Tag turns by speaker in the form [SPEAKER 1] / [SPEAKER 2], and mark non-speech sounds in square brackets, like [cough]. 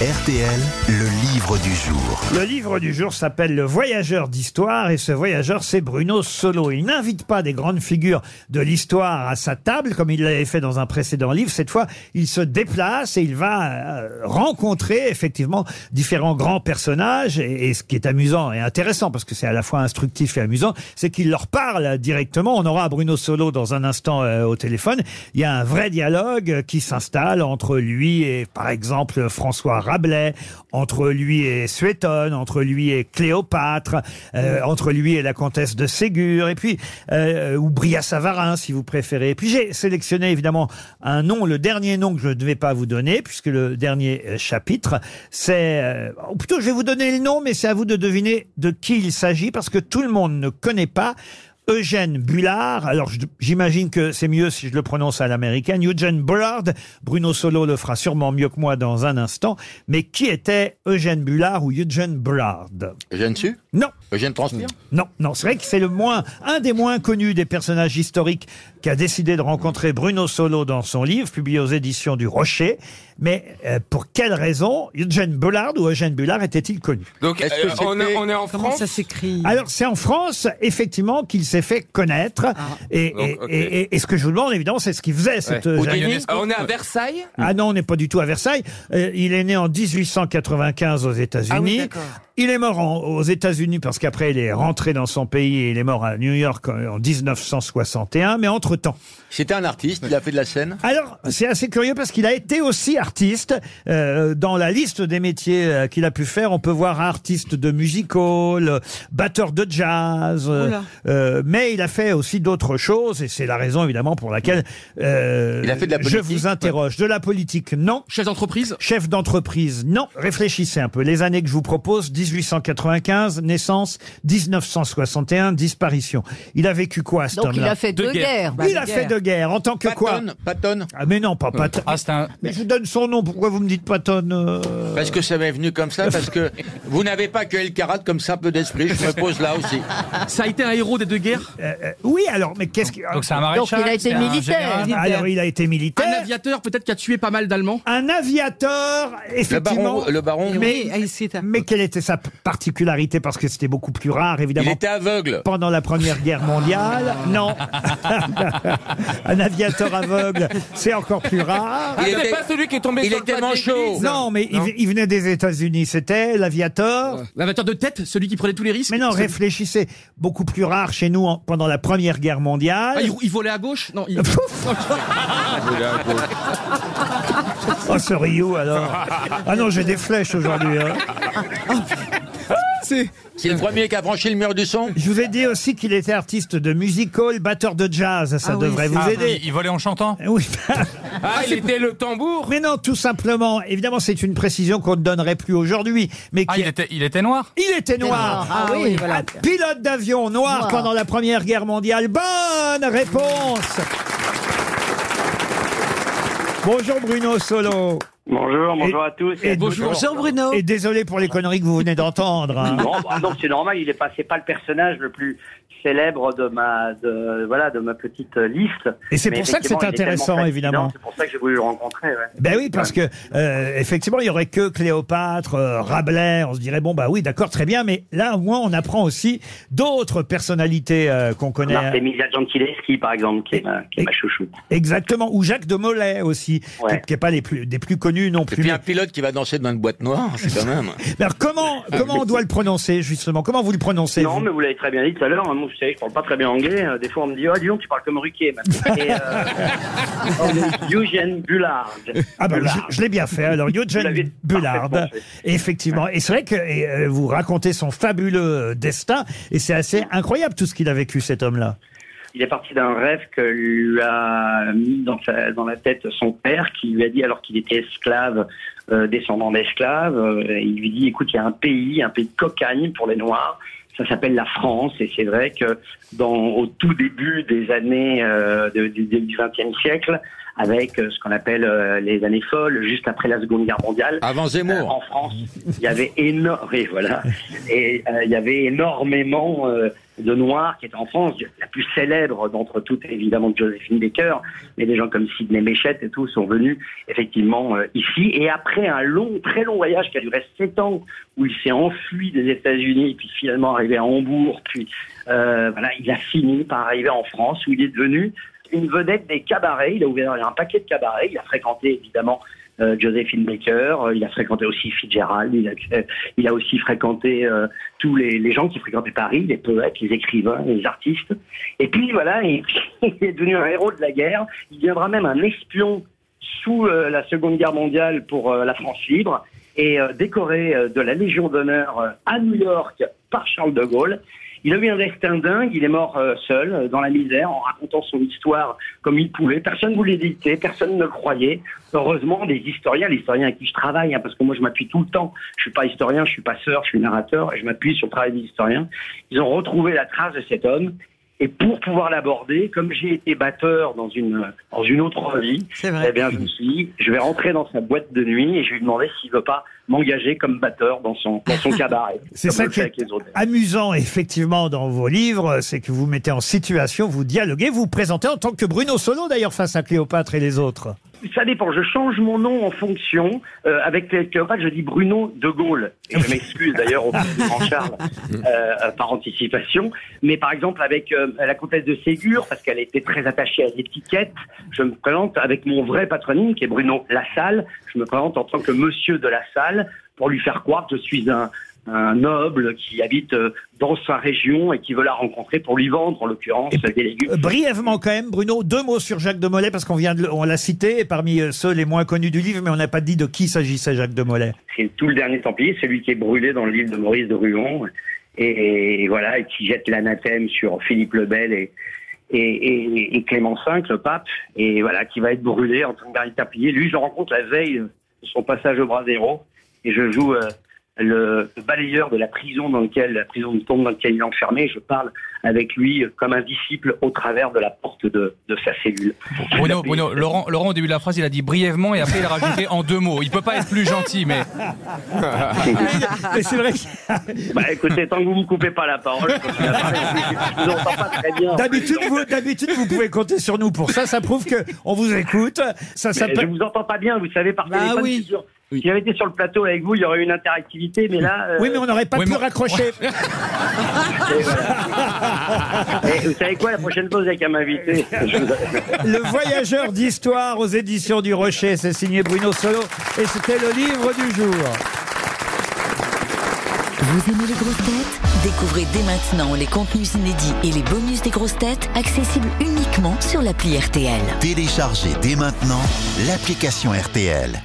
[SPEAKER 1] RTL, le livre du jour.
[SPEAKER 2] Le livre du jour s'appelle Le Voyageur d'histoire et ce voyageur c'est Bruno Solo. Il n'invite pas des grandes figures de l'histoire à sa table comme il l'avait fait dans un précédent livre. Cette fois, il se déplace et il va euh, rencontrer effectivement différents grands personnages et, et ce qui est amusant et intéressant parce que c'est à la fois instructif et amusant, c'est qu'il leur parle directement. On aura Bruno Solo dans un instant euh, au téléphone. Il y a un vrai dialogue euh, qui s'installe entre lui et par exemple François Rabelais, entre lui et Suétone, entre lui et Cléopâtre, euh, entre lui et la comtesse de Ségur, et puis euh, ou Bria Savarin si vous préférez. Et puis j'ai sélectionné évidemment un nom, le dernier nom que je ne vais pas vous donner puisque le dernier euh, chapitre, c'est euh, ou plutôt je vais vous donner le nom, mais c'est à vous de deviner de qui il s'agit parce que tout le monde ne connaît pas. Eugène Bullard, alors je- j'imagine que c'est mieux si je le prononce à l'américaine, Eugène Bullard, Bruno Solo le fera sûrement mieux que moi dans un instant, mais qui était Eugène Bullard ou Eugène Bullard
[SPEAKER 3] Eugène Su
[SPEAKER 2] Non,
[SPEAKER 3] Eugène Transpire
[SPEAKER 2] non, non, c'est vrai que c'est le moins, un des moins connus des personnages historiques qu'a décidé de rencontrer Bruno Solo dans son livre, publié aux éditions du Rocher, mais euh, pour quelle raison Eugène Bullard ou Eugène Bullard était-il connu
[SPEAKER 4] Donc,
[SPEAKER 3] Est-ce que
[SPEAKER 4] euh, on, est,
[SPEAKER 3] c'était-
[SPEAKER 4] on est en
[SPEAKER 5] Comment
[SPEAKER 4] France
[SPEAKER 5] ça s'écrit
[SPEAKER 2] Alors c'est en France, effectivement, qu'il s'est fait connaître.
[SPEAKER 5] Ah.
[SPEAKER 2] Et,
[SPEAKER 4] Donc,
[SPEAKER 2] et-
[SPEAKER 4] ok.
[SPEAKER 2] et- et- et ce que je vous demande, évidemment, c'est ce qu'il faisait. Cet
[SPEAKER 3] Ouais.
[SPEAKER 2] euh,
[SPEAKER 3] Au
[SPEAKER 2] Jacques-
[SPEAKER 3] début,
[SPEAKER 4] Euh, On est à Versailles
[SPEAKER 2] Ah non, on n'est pas du tout à Versailles. Euh, il est né en 1895 aux
[SPEAKER 5] Ah oui,
[SPEAKER 2] États-Unis.
[SPEAKER 5] d'accord.
[SPEAKER 2] il est mort en- aux États-Unis parce qu'après il est rentré dans son pays et il est mort à New York en, en 1961. Mais entre-temps,
[SPEAKER 3] C'était un artiste, il a fait de la scène.
[SPEAKER 2] alors, c'est assez curieux parce qu'il a été aussi artiste. Euh, dans la liste des métiers euh, qu'il a pu faire, on peut voir artiste de musical, euh, batteur de jazz. euh,
[SPEAKER 5] Oula.
[SPEAKER 2] euh, mais il a fait aussi d'autres choses et c'est la raison évidemment pour laquelle euh,
[SPEAKER 3] Il a fait de la
[SPEAKER 2] je
[SPEAKER 3] politique,
[SPEAKER 2] vous interroge. De la politique, non.
[SPEAKER 6] Chef d'entreprise
[SPEAKER 2] Chef d'entreprise, non. Réfléchissez un peu. Les années que je vous propose, 1895, naissance, 1961, disparition. Il a vécu quoi, cet
[SPEAKER 7] Donc il
[SPEAKER 2] homme-là
[SPEAKER 7] a fait deux, guerres.
[SPEAKER 2] Il a fait deux guerres. En tant que quoi
[SPEAKER 3] Patton, Patton.
[SPEAKER 2] ah mais non, pas Patton.
[SPEAKER 6] Ah, c'est un.
[SPEAKER 2] Mais je vous donne son nom, pourquoi vous me dites Patton euh
[SPEAKER 3] Parce que ça m'est venu comme ça,
[SPEAKER 2] [laughs]
[SPEAKER 3] parce que vous n'avez pas que El Karat comme ça, peu d'esprit, je me pose là aussi.
[SPEAKER 6] Ça a été un héros des deux guerres
[SPEAKER 2] Euh, euh, Oui, alors, mais qu'est-ce Eh, qu'il...
[SPEAKER 6] Donc c'est un
[SPEAKER 7] Donc
[SPEAKER 6] maréchal
[SPEAKER 7] il a été
[SPEAKER 6] c'est un
[SPEAKER 7] militaire.
[SPEAKER 6] général.
[SPEAKER 2] Alors, il a été
[SPEAKER 6] Un
[SPEAKER 2] militaire.
[SPEAKER 6] aviateur peut-être qui a tué pas mal d'Allemands
[SPEAKER 2] Un aviateur,
[SPEAKER 3] Le
[SPEAKER 2] effectivement.
[SPEAKER 3] baron, le baron
[SPEAKER 2] Mais,
[SPEAKER 5] Oui, ah, ici, t'as-
[SPEAKER 2] mais quelle était sa p- particularité Parce que c'était beaucoup plus rare,
[SPEAKER 3] il
[SPEAKER 2] évidemment.
[SPEAKER 3] était aveugle.
[SPEAKER 2] Pendant la Première Guerre mondiale, non. [laughs] un aviateur aveugle, c'est encore plus rare.
[SPEAKER 3] Il
[SPEAKER 4] Ah, Il
[SPEAKER 3] était-
[SPEAKER 4] n'est pas celui qui est tombé
[SPEAKER 3] il
[SPEAKER 4] sur le
[SPEAKER 3] était
[SPEAKER 4] toit de
[SPEAKER 3] manchot.
[SPEAKER 4] l'église
[SPEAKER 2] Non, mais il- il venait des États-Unis. C'était l'aviateur.
[SPEAKER 6] L'avateur de tête, celui qui prenait tous les risques
[SPEAKER 2] Mais non,
[SPEAKER 6] Celui-
[SPEAKER 2] réfléchissez. Beaucoup plus rare chez nous en- pendant la Première Guerre mondiale.
[SPEAKER 6] Ah, il, il volait à gauche Non,
[SPEAKER 2] [laughs]
[SPEAKER 6] il...
[SPEAKER 2] Oh, ce Ryu, alors. Ah non, j'ai des flèches aujourd'hui. hein.
[SPEAKER 6] c'est...
[SPEAKER 3] C'est le premier qui a franchi le mur
[SPEAKER 2] [laughs]
[SPEAKER 3] du son.
[SPEAKER 2] Je vous ai dit aussi qu'il était artiste de musical, batteur de jazz. Ça
[SPEAKER 5] Ah oui,
[SPEAKER 2] devrait
[SPEAKER 5] c'est-
[SPEAKER 2] vous
[SPEAKER 5] Ah,
[SPEAKER 2] aider.
[SPEAKER 6] il volait en chantant
[SPEAKER 2] Oui.
[SPEAKER 4] Ah, il était le tambour
[SPEAKER 2] mais non, tout simplement. Évidemment, c'est une précision qu'on ne donnerait plus aujourd'hui. Mais
[SPEAKER 7] Ah,
[SPEAKER 2] qui...
[SPEAKER 6] était, il était noir
[SPEAKER 2] il était noir.
[SPEAKER 7] noir. Ah oui,
[SPEAKER 2] Ah,
[SPEAKER 7] voilà.
[SPEAKER 2] Pilote d'avion noir
[SPEAKER 7] Noir.
[SPEAKER 2] pendant la Première Guerre mondiale. Bonne réponse. Bonjour Bruno Solo.
[SPEAKER 8] Bonjour, bonjour à tous.
[SPEAKER 2] et
[SPEAKER 6] bonjour.
[SPEAKER 5] Bonjour Bruno.
[SPEAKER 2] Et désolé pour les conneries que vous venez d'entendre.
[SPEAKER 8] [laughs]
[SPEAKER 2] hein.
[SPEAKER 8] Non, bah non, c'est normal, il est pas, c'est pas le personnage le plus célèbre de ma, de, voilà, de ma petite euh, liste.
[SPEAKER 2] Et c'est
[SPEAKER 8] Mais
[SPEAKER 2] pour ça que c'est
[SPEAKER 8] effectivement, il est tellement
[SPEAKER 2] intéressant,
[SPEAKER 8] fascinant,
[SPEAKER 2] évidemment.
[SPEAKER 8] C'est pour ça que j'ai voulu le rencontrer, ouais.
[SPEAKER 2] Ben oui, parce que euh, effectivement, il y aurait que Cléopâtre, euh, Rabelais. On se dirait bon, bah oui, d'accord, très bien. Mais là, au moins, on apprend aussi d'autres personnalités euh, qu'on connaît
[SPEAKER 8] Artemisia Gentileschi, par exemple, qui est ma, qui est ma
[SPEAKER 2] Et-
[SPEAKER 8] chouchoute.
[SPEAKER 2] exactement, ou Jacques de Molay aussi,
[SPEAKER 8] Ouais.
[SPEAKER 2] qui- qui n'est pas les plus des plus connus non
[SPEAKER 3] Et
[SPEAKER 2] plus.
[SPEAKER 3] puis un pilote qui va danser dans une boîte noire, c'est quand même.
[SPEAKER 2] Mais Alors comment comment on doit le prononcer justement Comment vous le prononcez
[SPEAKER 8] Euh, Non,
[SPEAKER 2] vous
[SPEAKER 8] mais vous l'avez très bien dit tout à l'heure. hein, moi, vous savez, je parle pas très bien anglais. euh, Des fois, on me dit, oh, dis donc, tu parles comme Ruquier. maintenant. Et,
[SPEAKER 2] [laughs]
[SPEAKER 8] euh, Eugène Bullard.
[SPEAKER 2] Ah ben,
[SPEAKER 8] Bullard.
[SPEAKER 2] je, je l'ai bien fait. Alors,
[SPEAKER 8] [laughs] Vous l'avez
[SPEAKER 2] Eugene Bullard,
[SPEAKER 8] parfaitement fait.
[SPEAKER 2] effectivement. Et c'est vrai que et, euh, vous racontez son fabuleux euh, destin, et c'est assez incroyable tout ce qu'il a vécu, cet homme-là.
[SPEAKER 8] Il est parti d'un rêve que lui a mis dans, sa- dans la tête son père, qui lui a dit, alors qu'il était esclave, euh, descendant d'esclave, euh, il lui dit, écoute, il y a un pays, un pays de cocagne pour les Noirs, ça s'appelle la France, et c'est vrai que dans, au tout début des années euh, de- du du XXe siècle, avec euh, ce qu'on appelle euh, les années folles, juste après la Seconde Guerre mondiale,
[SPEAKER 3] Avant
[SPEAKER 8] euh,
[SPEAKER 3] Zemmour.
[SPEAKER 8] en France, il y avait énormément, voilà, et euh, il y avait énormément euh, de Noirs qui était en France, la plus célèbre d'entre toutes, évidemment, de Joséphine Baker, mais des gens comme Sidney Méchette et tout sont venus effectivement euh, ici. Et après un long, très long voyage qui a duré sept ans, où il s'est enfui des États-Unis, puis finalement arrivé à Hambourg, puis euh, voilà, il a fini par arriver en France, où il est devenu une vedette des cabarets. Il a ouvert un paquet de cabarets. Il a fréquenté évidemment euh, Josephine Baker. Euh, il a fréquenté aussi Fitzgerald. Il a, euh, il a aussi fréquenté euh, tous les, les gens qui fréquentaient Paris, les poètes, les écrivains, les artistes. Et puis voilà, [laughs] et- il est devenu un héros de la guerre. Il deviendra même un espion sous euh, la Seconde Guerre mondiale pour euh, la France libre et euh, décoré euh, de la Légion d'honneur euh, à New York par Charles de Gaulle. Il a eu un destin dingue, il est mort euh, seul, euh, dans la misère, en racontant son histoire comme il pouvait. Personne ne voulait l'éditer, personne ne le croyait. Heureusement, des historiens, les historiens à qui je travaille, hein, parce que moi je m'appuie tout le temps, je suis pas historien, je suis passeur, je suis narrateur, et je m'appuie sur le travail des historiens, ils ont retrouvé la trace de cet homme. Et pour pouvoir l'aborder, comme j'ai été batteur dans une, dans une autre vie,
[SPEAKER 5] C'est vrai.
[SPEAKER 8] eh bien, je me suis dit, je vais rentrer dans sa boîte de nuit et je vais lui demander s'il veut pas m'engager comme batteur dans son, dans
[SPEAKER 2] [laughs]
[SPEAKER 8] son cabaret.
[SPEAKER 2] C'est
[SPEAKER 8] Comme
[SPEAKER 2] ça
[SPEAKER 8] je le
[SPEAKER 2] qui
[SPEAKER 8] fais
[SPEAKER 2] est-
[SPEAKER 8] avec les autres.
[SPEAKER 2] amusant effectivement dans vos livres, c'est que vous mettez en situation, vous dialoguez, vous vous présentez en tant que Bruno Solo d'ailleurs face à Cléopâtre et les autres.
[SPEAKER 8] Ça dépend. Je change mon nom en fonction. Euh, avec Cléopâtre, je dis Bruno de Gaulle. Et je m'excuse d'ailleurs au fils du grand Charles euh, par anticipation. Mais par exemple, avec euh, la comtesse de Ségur, parce qu'elle était très attachée à l'étiquette, je me présente avec mon vrai patronyme qui est Bruno Lassalle. Je me présente en tant que monsieur de la salle pour lui faire croire que je suis un, un noble qui habite euh, dans sa région et qui veut la rencontrer pour lui vendre, en l'occurrence, des légumes.
[SPEAKER 2] Euh, Brièvement quand même, Bruno, deux mots sur Jacques de Molay parce qu'on vient de le- on l'a cité et parmi euh, ceux les moins connus du livre, mais on n'a pas dit de qui s'agissait Jacques de Molay.
[SPEAKER 8] c'est tout le dernier Templier, celui qui est brûlé dans le livre de Maurice de Ruon, et, et voilà, et qui jette l'anathème sur Philippe le Bel et, et, et- et Clément V, le pape, et voilà, qui va être brûlé en tant que dernier Templier. Lui, je le rencontre la veille de son passage au Brasero, et je joue euh, le balayeur de la prison dans lequel la prison de tombe dans laquelle il est enfermé. Je parle avec lui comme un disciple au travers de la porte de, de sa cellule.
[SPEAKER 7] Bruno, Bruno, Laurent, Laurent, au début de la phrase, il a dit brièvement et après il a rajouté en deux mots. Il peut pas être plus gentil, mais.
[SPEAKER 2] Mais c'est vrai que
[SPEAKER 8] Bah écoutez, tant que vous me coupez pas la parole, je continue à parler. je vous entends pas très bien.
[SPEAKER 2] d'habitude vous d'habitude vous pouvez compter sur nous pour ça, ça prouve que on vous écoute. Ça
[SPEAKER 8] Mais Je
[SPEAKER 2] s'appelle
[SPEAKER 8] vous entends pas bien, vous savez, par
[SPEAKER 5] Bah
[SPEAKER 8] téléphone.
[SPEAKER 5] oui.
[SPEAKER 8] c'est sûr. Si j'avais été sur le plateau avec vous, il y aurait eu une interactivité, mais là. euh,
[SPEAKER 2] Oui, mais on n'aurait pas
[SPEAKER 7] Oui,
[SPEAKER 2] pu
[SPEAKER 7] mais- [laughs]
[SPEAKER 2] raccrocher.
[SPEAKER 8] eh, vous savez quoi, la prochaine pause avec
[SPEAKER 2] [laughs]
[SPEAKER 8] un invité je vous-
[SPEAKER 2] Le voyageur d'histoire aux éditions du Rocher, c'est signé Bruno Solo et c'était le livre du jour.
[SPEAKER 9] Vous aimez les grosses têtes Découvrez dès maintenant les contenus inédits et les bonus des grosses têtes accessibles uniquement sur l'appli RTL.
[SPEAKER 1] Téléchargez dès maintenant l'application RTL.